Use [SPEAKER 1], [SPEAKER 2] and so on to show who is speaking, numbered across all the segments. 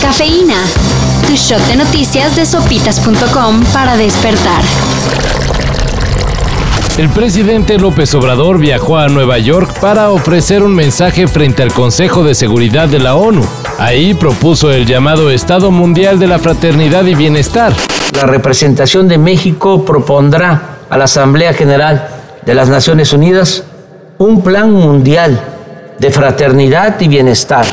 [SPEAKER 1] Cafeína. Tu shot de noticias de sopitas.com para despertar.
[SPEAKER 2] El presidente López Obrador viajó a Nueva York para ofrecer un mensaje frente al Consejo de Seguridad de la ONU. Ahí propuso el llamado Estado Mundial de la Fraternidad y Bienestar.
[SPEAKER 3] La representación de México propondrá a la Asamblea General de las Naciones Unidas un plan mundial de fraternidad y bienestar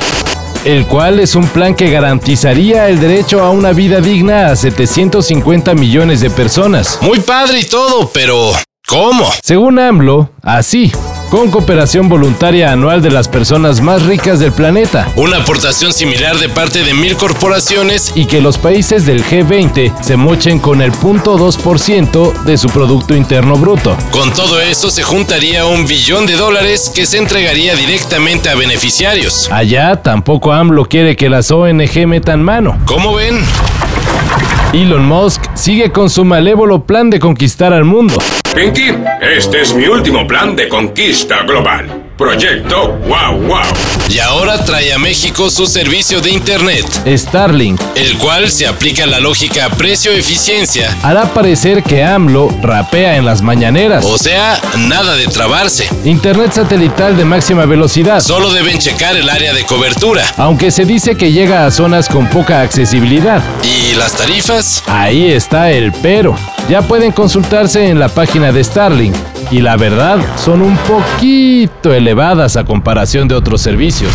[SPEAKER 2] el cual es un plan que garantizaría el derecho a una vida digna a 750 millones de personas.
[SPEAKER 4] Muy padre y todo, pero ¿cómo?
[SPEAKER 2] Según AMLO, así. Con cooperación voluntaria anual de las personas más ricas del planeta.
[SPEAKER 4] Una aportación similar de parte de mil corporaciones
[SPEAKER 2] y que los países del G20 se mochen con el 0.2% de su Producto Interno Bruto.
[SPEAKER 4] Con todo eso se juntaría un billón de dólares que se entregaría directamente a beneficiarios.
[SPEAKER 2] Allá tampoco AMLO quiere que las ONG metan mano.
[SPEAKER 4] ¿Cómo ven?
[SPEAKER 2] Elon Musk sigue con su malévolo plan de conquistar al mundo.
[SPEAKER 5] Pinky, este es mi último plan de conquista global. Proyecto Wow Wow.
[SPEAKER 4] Y ahora trae a México su servicio de Internet,
[SPEAKER 2] Starlink,
[SPEAKER 4] el cual se aplica la lógica precio-eficiencia.
[SPEAKER 2] Hará parecer que AMLO rapea en las mañaneras.
[SPEAKER 4] O sea, nada de trabarse.
[SPEAKER 2] Internet satelital de máxima velocidad.
[SPEAKER 4] Solo deben checar el área de cobertura.
[SPEAKER 2] Aunque se dice que llega a zonas con poca accesibilidad.
[SPEAKER 4] ¿Y las tarifas?
[SPEAKER 2] Ahí está el pero. Ya pueden consultarse en la página de Starlink. Y la verdad, son un poquito elevados elevadas a comparación de otros servicios.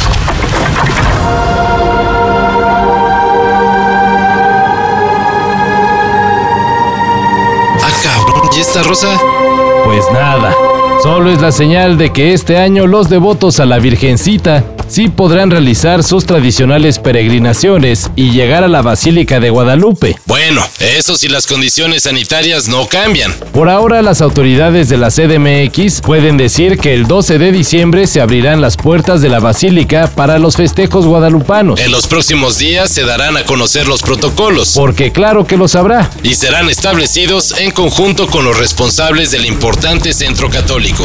[SPEAKER 4] Ah, cabrón, ¿y esta rosa?
[SPEAKER 2] Pues nada, solo es la señal de que este año los devotos a la Virgencita sí podrán realizar sus tradicionales peregrinaciones y llegar a la Basílica de Guadalupe.
[SPEAKER 4] Bueno, eso si las condiciones sanitarias no cambian.
[SPEAKER 2] Por ahora las autoridades de la CDMX pueden decir que el 12 de diciembre se abrirán las puertas de la Basílica para los festejos guadalupanos.
[SPEAKER 4] En los próximos días se darán a conocer los protocolos.
[SPEAKER 2] Porque claro que los habrá.
[SPEAKER 4] Y serán establecidos en conjunto con los responsables del importante centro católico.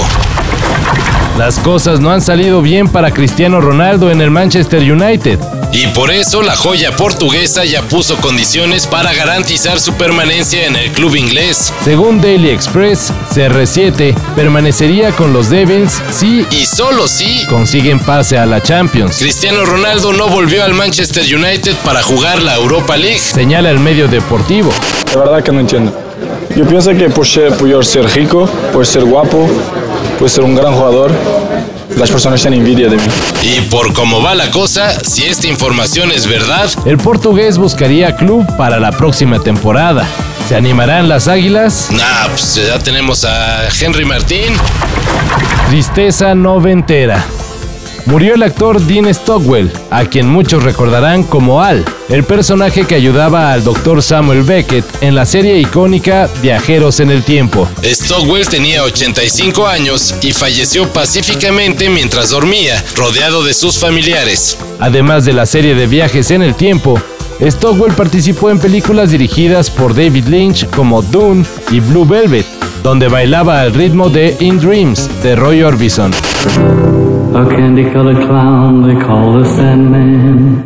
[SPEAKER 2] Las cosas no han salido bien para Cristiano Ronaldo en el Manchester United.
[SPEAKER 4] Y por eso la joya portuguesa ya puso condiciones para garantizar su permanencia en el club inglés.
[SPEAKER 2] Según Daily Express, CR7 permanecería con los Devils si
[SPEAKER 4] y solo si
[SPEAKER 2] consiguen pase a la Champions.
[SPEAKER 4] Cristiano Ronaldo no volvió al Manchester United para jugar la Europa League,
[SPEAKER 2] señala el medio deportivo.
[SPEAKER 6] La verdad que no entiendo. Yo pienso que por ser, por ser rico, por ser guapo, puede ser un gran jugador. Las personas tienen envidia de mí.
[SPEAKER 4] Y por cómo va la cosa, si esta información es verdad,
[SPEAKER 2] el portugués buscaría club para la próxima temporada. ¿Se animarán las águilas?
[SPEAKER 4] Nah, pues ya tenemos a Henry Martín.
[SPEAKER 2] Tristeza noventera. Murió el actor Dean Stockwell, a quien muchos recordarán como Al, el personaje que ayudaba al Dr. Samuel Beckett en la serie icónica Viajeros en el Tiempo.
[SPEAKER 4] Stockwell tenía 85 años y falleció pacíficamente mientras dormía, rodeado de sus familiares.
[SPEAKER 2] Además de la serie de Viajes en el Tiempo, Stockwell participó en películas dirigidas por David Lynch como Dune y Blue Velvet, donde bailaba al ritmo de In Dreams de Roy Orbison.
[SPEAKER 7] A candy colored clown they call the Sandman.